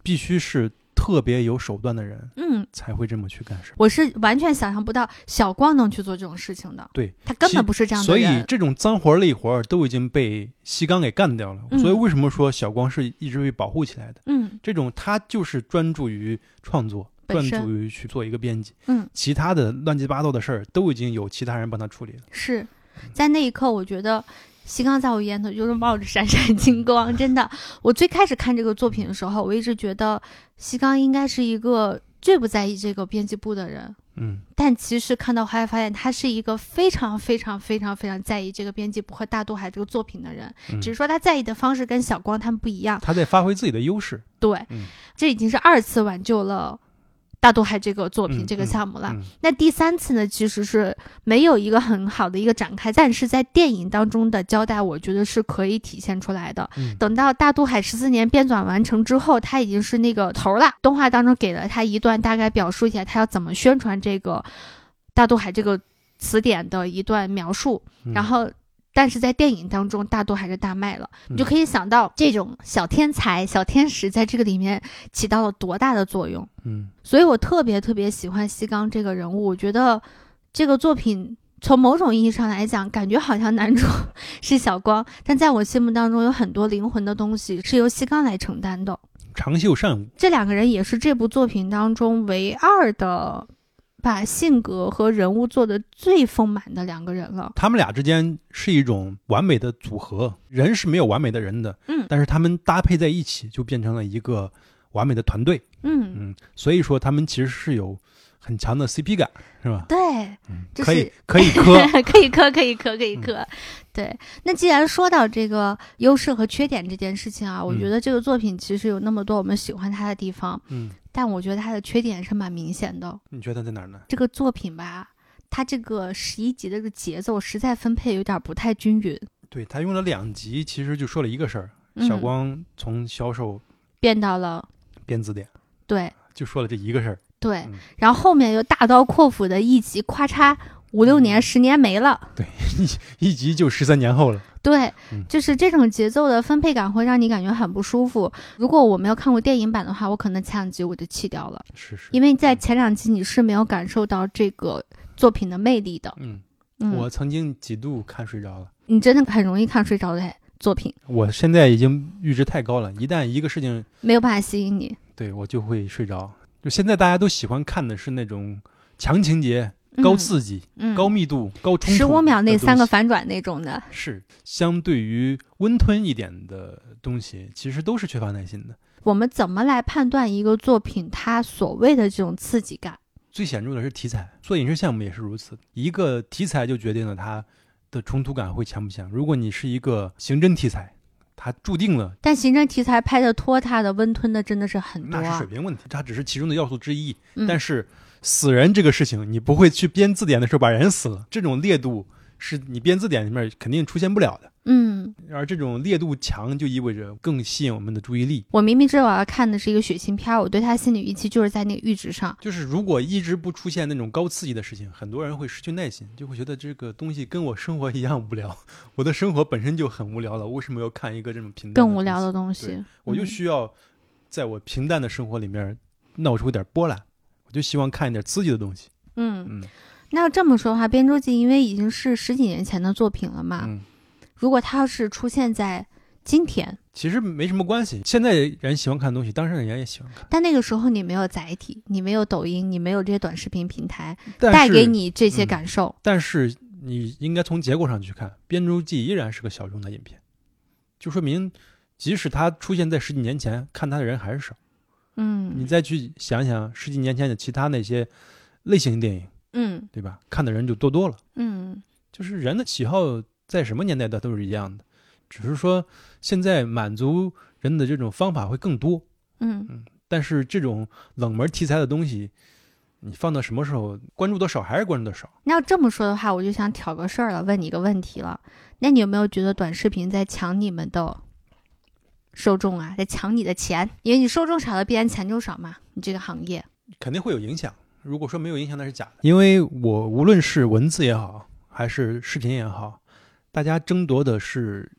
必须是特别有手段的人嗯才会这么去干事。我是完全想象不到小光能去做这种事情的。对，他根本其不是这样的所以人。这种脏活儿累活儿都已经被西冈给干掉了。嗯所以为什么说小光是一直被保护起来的？嗯这种他就是专注于创作，本专身注于去做一个编辑，嗯，其他的乱七八糟的事儿都已经有其他人帮他处理了。是在那一刻，我觉得西冈在我眼里就是冒着闪闪金光。真的，我最开始看这个作品的时候，我一直觉得西冈应该是一个最不在意这个编辑部的人。嗯，但其实看到后来发现，他是一个非常非常非常非常在意这个编辑部和大渡海这个作品的人，嗯只是说他在意的方式跟小光他们不一样。他在发挥自己的优 [laughs] 势。对，嗯这已经是二次挽救了大渡海这个作品、嗯这个项目了。嗯那第三次呢，其实是没有一个很好的一个展开，但是在电影当中的交代，我觉得是可以体现出来的。嗯等到《大渡海十四年》编纂完成之后，他已经是那个头儿了。动画当中给了他一段大概表述一下他要怎么宣传这个“大渡海”这个词典的一段描述，嗯然后。但是在电影当中，大渡还是大卖了，你就嗯可以想到这种小天才、小天使在这个里面起到了多大的作用。嗯所以我特别特别喜欢西冈这个人物，我觉得这个作品从某种意义上来讲，感觉好像男主 [laughs] 是小光，但在我心目当中有很多灵魂的东西是由西冈来承担的。长袖善舞。这两个人也是这部作品当中唯二的把性格和人物做得最丰满的两个人了。他们俩之间是一种完美的组合，人是没有完美的人的，嗯但是他们搭配在一起就变成了一个完美的团队，嗯，嗯，所以说他们其实是有很强的 CP 感，是吧？对，嗯，这 [laughs] 可以是可以磕，嗯可以磕，可以磕，可以磕。对，那既然说到这个优势和缺点这件事情啊，我嗯觉得这个作品其实有那么多我们喜欢它的地方，嗯，但我觉得它的缺点是蛮明显的。你觉得在哪儿呢？这个作品吧，它这个十一集的这个节奏实在分配有点不太均匀。对他用了两集，其实就说了一个事儿，嗯、小光从销售变到了编字典，对就说了这一个事儿，对，嗯然后后面又大刀阔斧的一集，咔嚓，五六年、嗯十年没了。一集就十三年后了，对嗯，就是这种节奏的分配感会让你感觉很不舒服。如果我没有看过电影版的话，我可能前两集我就弃掉了，是嗯是，因为在前两集你是没有感受到这个作品的魅力的。嗯，嗯我，曾经几度看睡着了。你真的很容易看睡着的作品，我现在已经阈值太高了，一旦一个事情没有办法吸引你。对我就会睡着。就现在大家都喜欢看的是那种强情节、高刺激、嗯，高密度、高冲突。十五秒内内三个反转那种的，是相对于温吞一点的东西，其实都是缺乏耐心的。我们怎么来判断一个作品它所谓的这种刺激感？最显著的是题材，做影视项目也是如此。一个题材就决定了它的冲突感会强不强。如果你是一个刑侦题材，它注定了但刑侦题材拍的拖沓的、温吞的真的是很多那是水啊。平问题，它只是其中的要素之一。嗯但是死人这个事情，你不会去编字典的时候把人死了，这种烈度是你编字典里面肯定出现不了的。嗯，而这种烈度强，就意味着更吸引我们的注意力。我明明知道我要看的是一个血腥片儿，我对它心理预期就是在那个阈值上。就是如果一直不出现那种高刺激的事情，很多人会失去耐心，就会觉得这个东西跟我生活一样无聊。我的生活本身就很无聊了，为什么要看一个这种平淡的更东无聊西的东西对，我就嗯需要在我平淡的生活里面闹出点波澜，我就希望看一点刺激的东西。嗯嗯，那要这么说的话，《编舟记》因为已经是十几年前的作品了嘛，嗯，如果它要是出现在今天，其实没什么关系。现在人喜欢看的东西，当事人也喜欢看，但那个时候你没有载体，你没有抖音，你没有这些短视频平台但带是给，你这些嗯感受，但是你应该从结果上去看，《编舟记》依然是个小众的影片，就说明即使它出现在十几年前，看它的人还是少。你嗯再去想想十几年前的其他那些类型电影，嗯对吧？看的人就多多了。嗯就是人的喜好在什么年代的都是一样的，只是说现在满足人的这种方法会更多。嗯，但是这种冷门题材的东西，你放到什么时候关注的少还是关注的少？那要这么说的话，我就想挑个事儿了，问你一个问题了。那你有没有觉得短视频在抢你们的受众啊，在抢你的钱？因为你受众少了，必然钱就少嘛。你这个行业，肯定会有影响。如果说没有影响，那是假的。因为我无论是文字也好，还是视频也好，大家争夺的是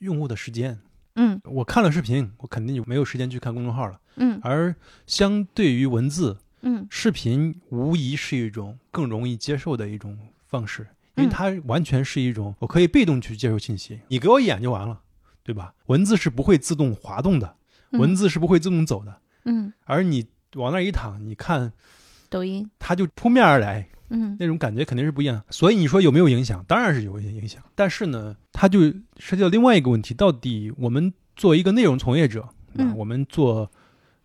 用户的时间。嗯我看了视频，我肯定就没有时间去看公众号了。嗯而相对于文字，嗯视频无疑是一种更容易接受的一种方式，嗯因为它完全是一种我可以被动去接受信息，你给我一眼就完了，对吧？文字是不会自动滑动的，嗯文字是不会自动走的，嗯，而你往那儿一躺，你看抖音，它就扑面而来，嗯那种感觉肯定是不一样。所以你说有没有影响？当然是有一些影响，但是呢，它就涉及到另外一个问题：到底我们作为一个内容从业者，对吧嗯我们做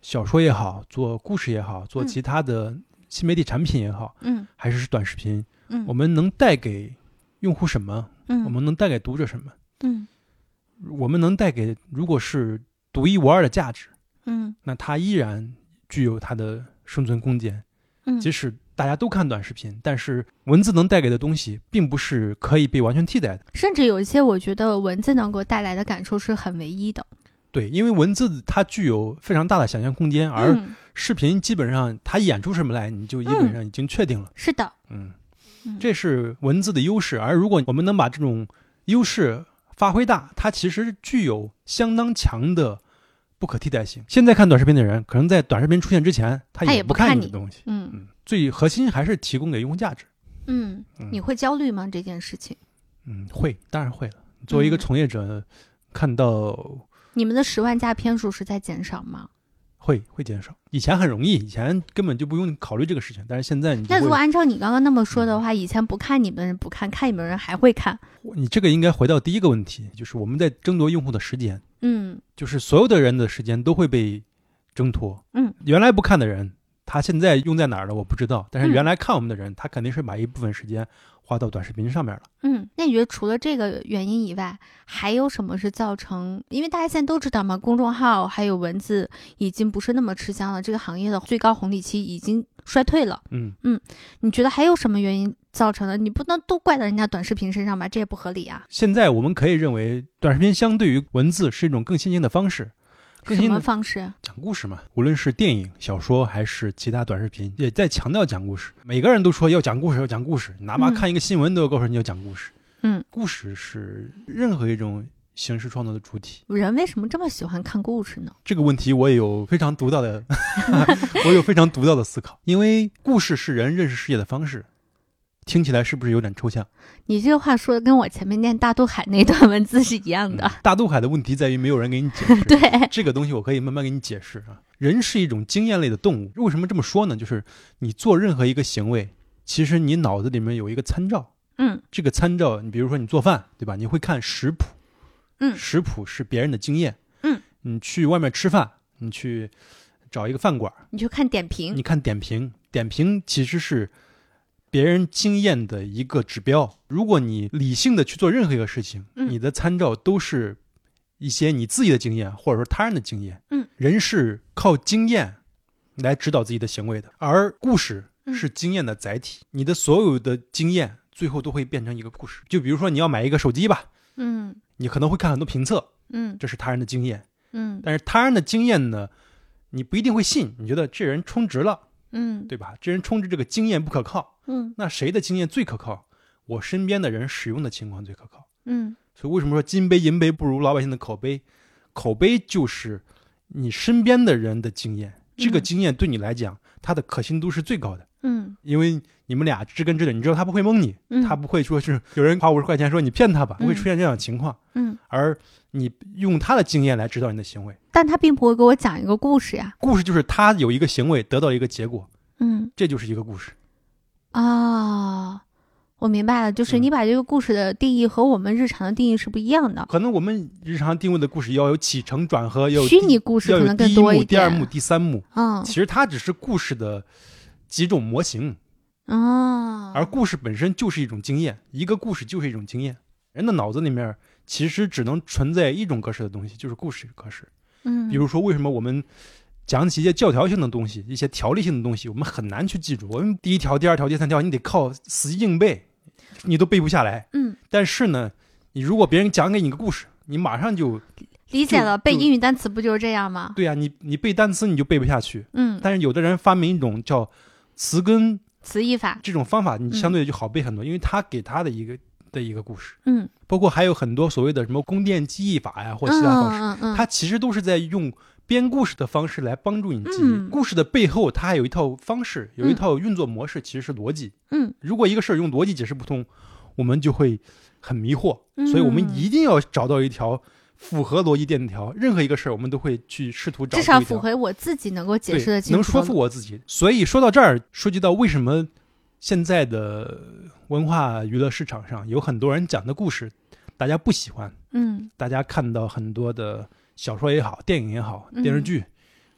小说也好，做故事也好，做嗯其他的新媒体产品也好，嗯还是短视频，嗯，我们能带给用户什么？嗯我们能带给读者什么？嗯我们能带给如果是独一无二的价值，嗯那它依然具有它的生存空间。嗯，即使大家都看短视频，但是文字能带给的东西，并不是可以被完全替代的。甚至有一些我觉得文字能够带来的感受是很唯一的，对，因为文字它具有非常大的想象空间，而嗯、视频基本上它演出什么来，你就基本上已经确定了。是的，嗯，嗯这是文字的优势，而如果我们能把这种优势发挥大，它其实具有相当强的不可替代性。现在看短视频的人，可能在短视频出现之前，他他也也不不看看你你的东西。嗯嗯，最核心还是提供给用户价值。嗯，嗯你会焦虑吗？这件事情，嗯，会，当然会了。作为一个嗯从业者，看到你们的十万加篇数是在减少吗？会会减少。以前很容易，以前根本就不用考虑这个事情，但是现在你就那如果会，按照你刚刚那么说的话，以前不看你们的人不看，看你们的人还会看，你这个应该回到第一个问题，就是我们在争夺用户的时间，嗯就是所有的人的时间都会被挣脱。嗯，原来不看的人，他现在用在哪儿了我不知道，但是嗯原来看我们的人，他肯定是把一部分时间花到短视频上面了。嗯。那你觉得除了这个原因以外，还有什么是造成？因为大家现在都知道嘛，公众号还有文字已经不是那么吃香了，这个行业的最高红利期已经衰退了。嗯，你觉得还有什么原因造成的？你不能都怪到人家短视频身上吧，这也不合理啊。现在我们可以认为短视频相对于文字是一种更新鲜的方式，更什新么的方式？讲故事嘛，无论是电影、小说还是其他短视频，也在强调讲故事。每个人都说要讲故事，要讲故事，哪怕嗯看一个新闻都要告诉你要讲故事。嗯，故事是任何一种形式创作的主体。人为什么这么喜欢看故事呢？这个问题我也有非常独到 [laughs] 的， [laughs] 我有非常独到的思考，因为故事是人认识世界的方式。听起来是不是有点抽象？你这话说的跟我前面念大渡海那段文字是一样的。嗯大渡海的问题在于没有人给你解释。嗯啊 [laughs] 对， [laughs] 这个东西我可以慢慢给你解释啊。人是一种经验类的动物，为什么这么说呢？就是你做任何一个行为，其实你脑子里面有一个参照，嗯这个参照，你比如说你做饭，对吧？你会看食谱，嗯食谱是别人的经验，嗯，你去外面吃饭，你去找一个饭馆，你就看点评，你看点评，点评其实是别人经验的一个指标。如果你理性的去做任何一个事情，嗯你的参照都是一些你自己的经验，或者说他人的经验。嗯，人是靠经验来指导自己的行为的，而故事嗯是经验的载体。你的所有的经验最后都会变成一个故事。就比如说你要买一个手机吧，嗯你可能会看很多评测，嗯这是他人的经验，嗯但是他人的经验呢，你不一定会信，你觉得这人充值了。嗯对吧？这人充值这个经验不可靠，嗯那谁的经验最可靠？我身边的人使用的情况最可靠。嗯所以为什么说金杯银杯不如老百姓的口碑？口碑就是你身边的人的经验，这个嗯经验对你来讲，它的可信度是最高的，嗯因为你们俩知根知底，你知道他不会蒙你，嗯，他不会说是有人花五十块钱说你骗他吧，不嗯会出现这样的情况。嗯，而你用他的经验来指导你的行为，但他并不会给我讲一个故事呀，故事就是他有一个行为得到一个结果，嗯这就是一个故事。啊。我明白了，就是嗯你把这个故事的定义和我们日常的定义是不一样的。可能我们日常定位的故事要有起承转合，要有虚第拟故事要可有能更第一多幕、一第点二。幕、第三幕。嗯其实它只是故事的几种模型，哦，而故事本身就是一种经验，一个故事就是一种经验。人的脑子里面其实只能存在一种格式的东西，就是故事格式。嗯，比如说，为什么我们讲起一些教条性的东西、一些条例性的东西，我们很难去记住。我们第一条、第二条、第三条，你得靠死记硬背，你都背不下来。嗯，但是呢，你如果别人讲给你个故事，你马上就理解就了，背就英语单词不就是这样吗？对呀、你你背单词你就背不下去，嗯，但是有的人发明一种叫词根词义法，这种方法，你嗯相对就好背很多，因为他给他的一个的一个故事，嗯，包括还有很多所谓的什么宫殿记忆法呀或嗯其他方式，嗯嗯它其实都是在用编故事的方式来帮助你记忆。嗯故事的背后，它还有一套方式，有一嗯套运作模式，其实是逻辑。嗯如果一个事儿用逻辑解释不通，我们就会很迷惑，嗯所以我们一定要找到一条。符合逻辑链条，任何一个事儿，我们都会去试图找至出一少条符合我自己能够解对释的清楚，能说服我自己。所以说到这儿，涉及到为什么现在的文化娱乐市场上有很多人讲的故事，大家不喜欢，嗯大家看到很多的小说也好，电影也好，电视嗯剧，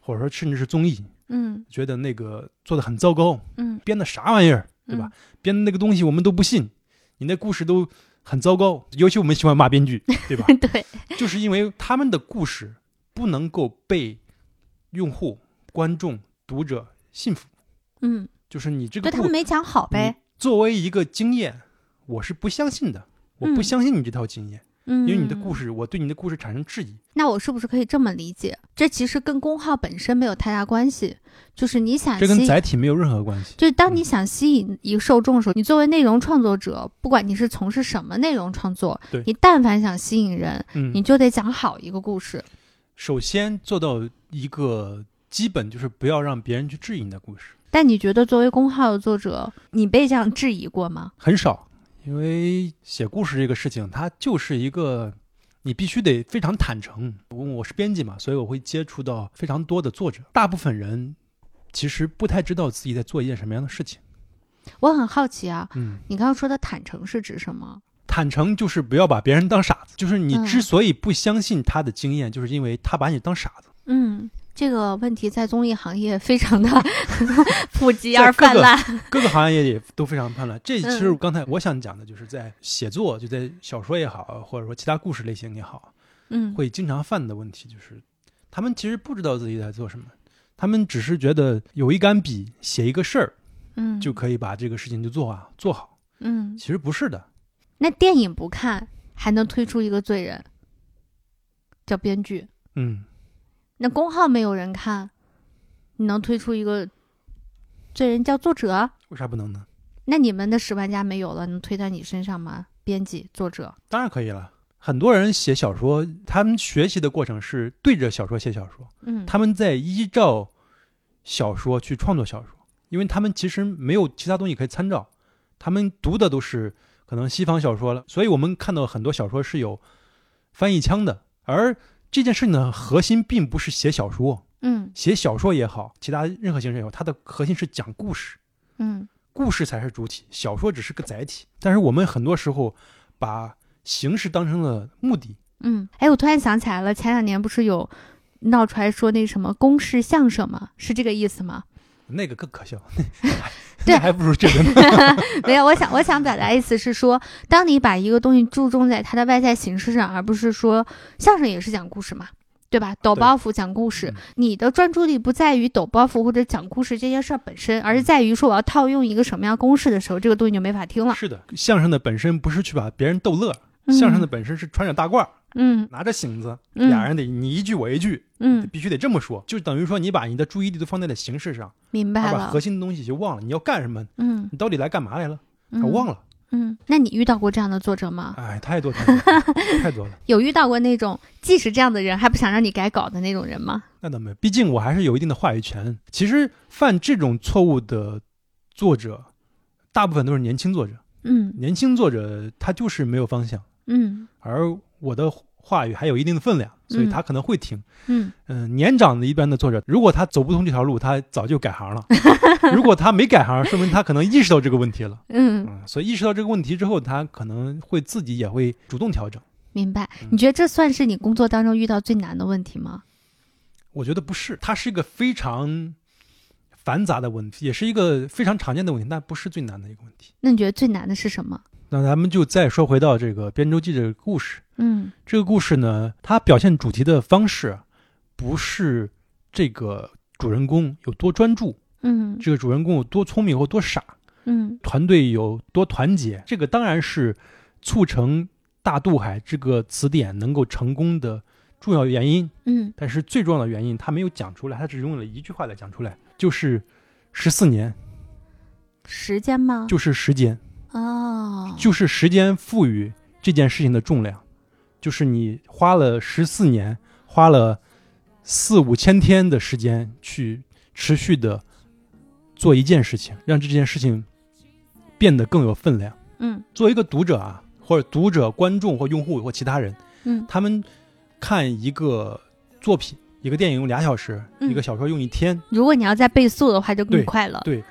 或者说甚至是综艺，嗯觉得那个做的很糟糕，嗯，编的啥玩意儿，对吧？编的那个东西我们都不信，你那故事都很糟糕。尤其我们喜欢骂编剧，对吧？嗯？ [laughs] 对， [laughs] 就是因为他们的故事不能够被用户、观众、读者信服，嗯，就是你这对个他们故嗯没讲好呗，作为一个经验，我是不相信的，我不嗯相信你这套经验，嗯，因为你的故。事，我对你的故事产生质疑。那我是不是可以这么理解？这其实跟功号本身没有太大关系，就是你想这吸跟引。载体没有任何关系。就是当你嗯想吸引一个受众的时候，你作为内容创作者，不管你是从事什么内容创作对，你但凡想吸引人，你嗯，就得讲好一个故事。首先做到一个基本就是不要让别人去质疑你的故事，但你觉得作为公号的作者，你被这样质疑过吗？很少，因为写故事这个事情，它就是一个。你必须得非常坦诚。我我是编辑嘛，所以我会接触到非常多的作者。大部分人其实不太知道自己在做一件什么样的事情。我很好奇啊，嗯，你刚刚说的坦诚是指什么？坦诚就是不要把别人当傻子，就是你嗯之所以不相信他的经验，就是因为他把你当傻 [laughs] 子。嗯，这个问题在综艺行业非常的 [laughs] 普及在而各泛个 [laughs] 滥。各个行业也都非常判断，这其实嗯刚才我想讲的，就是在写作，就在小说也好，或者说其他故事类型也好，嗯，会经常犯的问题，就是他们其实不知道自己在做什么，他们只是觉得有一杆笔写一个事儿嗯，就可以把这个事情就做啊做好，嗯，其实不是的。那电影不看还能推出一个罪人，叫编剧。嗯，那公号没有人看，你能推出一个罪人叫作者？为啥不能呢？那你们的十万加没有了，能推在你身上吗？编辑、作者，当然可以了。很多人写小说，他们学习的过程是对着小说写小说，嗯，他们在依照小说去创作小说，因为他们其实没有其他东西可以参照，他们读的都是可能西方小说了，所以我们看到很多小说是有翻译腔的。而这件事情的核心并不是写小说，嗯写小说也好，其他任何形式也好，它的核心是讲故事。嗯故事才是主体，小说只是个载体。但是我们很多时候把形式当成了目的，嗯，哎，我突然想起来了，前两年不是有闹出来说那什么公式相声吗？是这个意思吗？那个更可笑， [laughs] 对那还不如这个呢。 [laughs] 没有，我想我想表达意思是说，当你把一个东西注重在它的外在形式上，而不是说相声也是讲故事嘛，对吧？抖对包袱讲故事嗯，你的专注力不在于抖包袱或者讲故事这件事儿本身，嗯而是在于说我要套用一个什么样公式的时候，这个东西就没法听了。是的，相声的本身不是去把别人逗乐，啊嗯相声的本身是穿着大褂，嗯拿着醒子，嗯俩人得你一句我一句，嗯，必须得这么说，就等于说你把你的注意力都放在了形式上，明而白把了核。心的东西就忘了。你要干什么？嗯，你到底来干嘛来了？嗯我忘了。嗯，那你遇到过这样的作者吗？哎，太多太多了 [laughs] 太多了。有遇到过那种即使这样的人还不想让你改稿的那种人吗？那倒没有，毕竟我还是有一定的话语权。其实犯这种错误的作者，大部分都是年轻作者。嗯年轻作者他就是没有方向，嗯而我的话语还有一定的分量，所以他可能会听。嗯嗯、年长的一般的作者，如果他走不通这条路，他早就改行了。如果他没改行，说明他可能意识到这个问题了。嗯，嗯，所以意识到这个问题之后，他可能会自己也会主动调整。明白嗯。你觉得这算是你工作当中遇到最难的问题吗？我觉得不是，它是一个非常繁杂的问题，也是一个非常常见的问题，但不是最难的一个问题。那你觉得最难的是什么？那咱们就再说回到这个《编舟记》这个故事，嗯这个故事呢，它表现主题的方式啊不是这个主人公有多专注，嗯这个主人公有多聪明或多傻，嗯团队有多团结，这个当然是促成大渡海这个词典能够成功的重要原因。嗯但是最重要的原因他没有讲出来，他只用了一句话来讲出来，就是十四年，时间吗？就是时间，哦，就是时间赋予这件事情的重量，就是你花了十四年，花了四五千天的时间去持续的做一件事情，让这件事情变得更有分量。嗯作为一个读者啊，或者读者、观众或用户或其他人，嗯他们看一个作品、一个电影用俩小时，嗯一个小说用一天。如果你要再倍速的话，就更对快了。对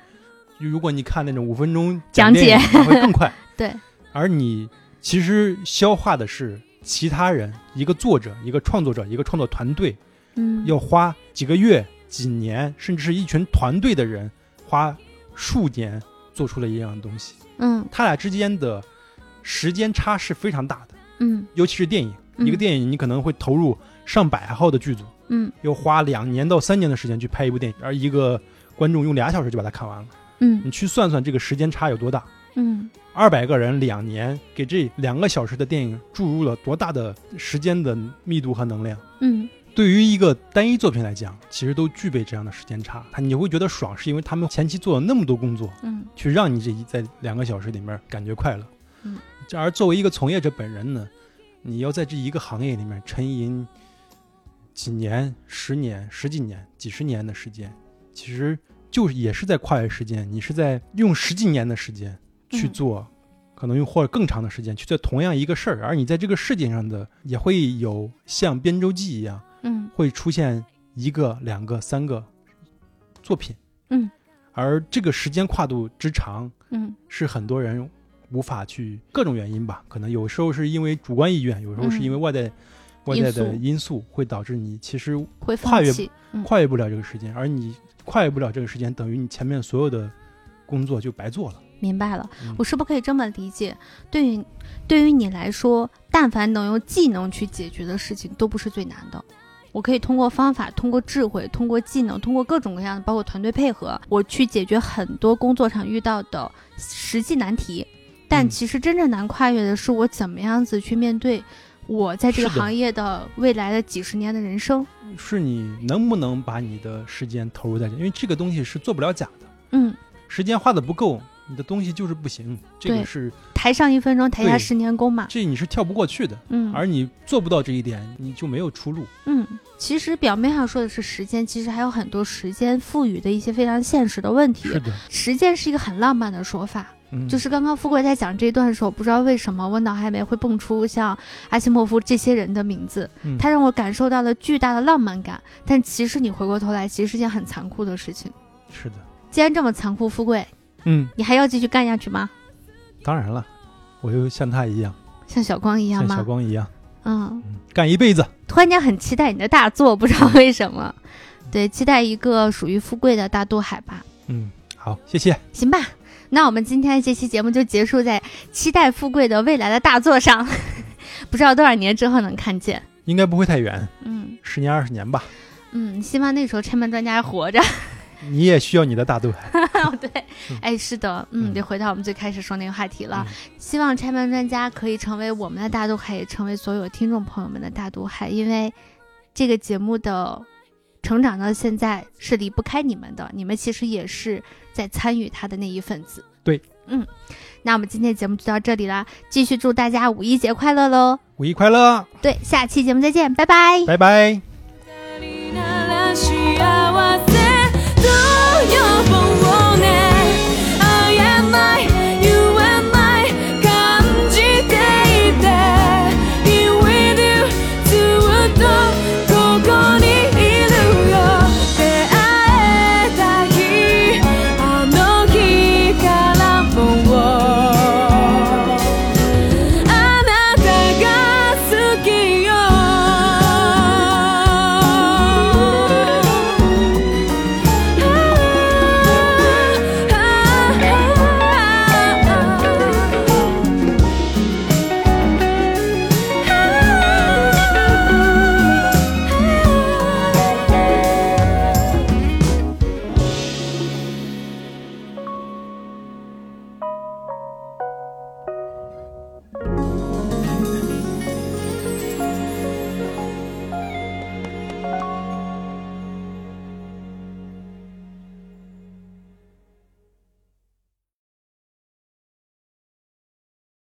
如果你看那种五分钟讲解电影它会更快。 [laughs] 对，而你其实消化的是其他人，一个作者、一个创作者、一个创作团队，嗯，要花几个月、几年，甚至是一群团队的人花数年做出了一样的东西。嗯他俩之间的时间差是非常大的，嗯尤其是电影，嗯一个电影你可能会投入上百号的剧组，嗯要花两年到三年的时间去拍一部电影，而一个观众用俩小时就把它看完了。嗯你去算算这个时间差有多大？嗯二百个人两年给这两个小时的电影注入了多大的时间的密度和能量？嗯对于一个单一作品来讲，其实都具备这样的时间差。他你会觉得爽，是因为他们前期做了那么多工作，嗯去让你这一在两个小时里面感觉快乐。嗯，而作为一个从业者本人呢，你要在这一个行业里面沉吟几年、十年、十几年、几十年的时间，其实就是也是在跨越时间，你是在用十几年的时间去嗯做，可能用或者更长的时间去做同样一个事儿，而你在这个事情上的也会有像编舟记一样，嗯会出现一个、两个、三个作品。嗯，而这个时间跨度之长，嗯是很多人无法去各种原因吧，可能有时候是因为主观意愿，有时候是因为外在、外在的因素因素，会导致你其实会跨放越弃。嗯跨越不了这个时间，而你跨越不了这个时间，等于你前面所有的工作就白做了。明白了嗯，我是不是可以这么理解？对于对于你来说，但凡能用技能去解决的事情，都不是最难的。我可以通过方法、通过智慧、通过技能、通过各种各样的，包括团队配合，我去解决很多工作上遇到的实际难题。但嗯其实真正难跨越的是我怎么样子去面对我在这个是的行业的未来的几十年的人生。是你能不能把你的时间投入在这，因为这个东西是做不了假的，嗯，时间花的不够，你的东西就是不行，这对个是台上一分钟，台下对十年功嘛。这你是跳不过去的，嗯，而你做不到这一点，你就没有出路。嗯，其实表面上说的是时间，其实还有很多时间赋予的一些非常现实的问题。的，时间是一个很浪漫的说法，嗯，就是刚刚富贵在讲这一段的时候，不知道为什么我脑海里面会蹦出像阿西莫夫这些人的名字，嗯他让我感受到了巨大的浪漫感。但其实你回过头来，其实是件很残酷的事情。是的。既然这么残酷，富贵，嗯，你还要继续干下去吗？当然了，我就像他一样，像小光一样像吗？小光一样，嗯，嗯干一辈子。突然间很期待你的大作，不知嗯道为什么。对，期待一个属于富贵的大渡海吧。嗯，好，谢谢。行吧，那我们今天这期节目就结束在期待富贵的未来的大作上，不知道多少年之后能看见。应该不会太远，嗯十年二十年吧。嗯，希望那时候拆漫专家还活着。你也需要你的大肚海。 [laughs] 对，哎，是的，嗯，嗯得回到我们最开始说那个话题了。嗯希望拆漫专家可以成为我们的大渡海，也成为所有听众朋友们的大渡海，因为这个节目的成长到现在是离不开你们的，你们其实也是在参与他的那一份子。对，嗯，那我们今天节目就到这里啦，继续祝大家五一节快乐喽！五一快乐，对，下期节目再见，拜拜。拜拜。足りなら幸せ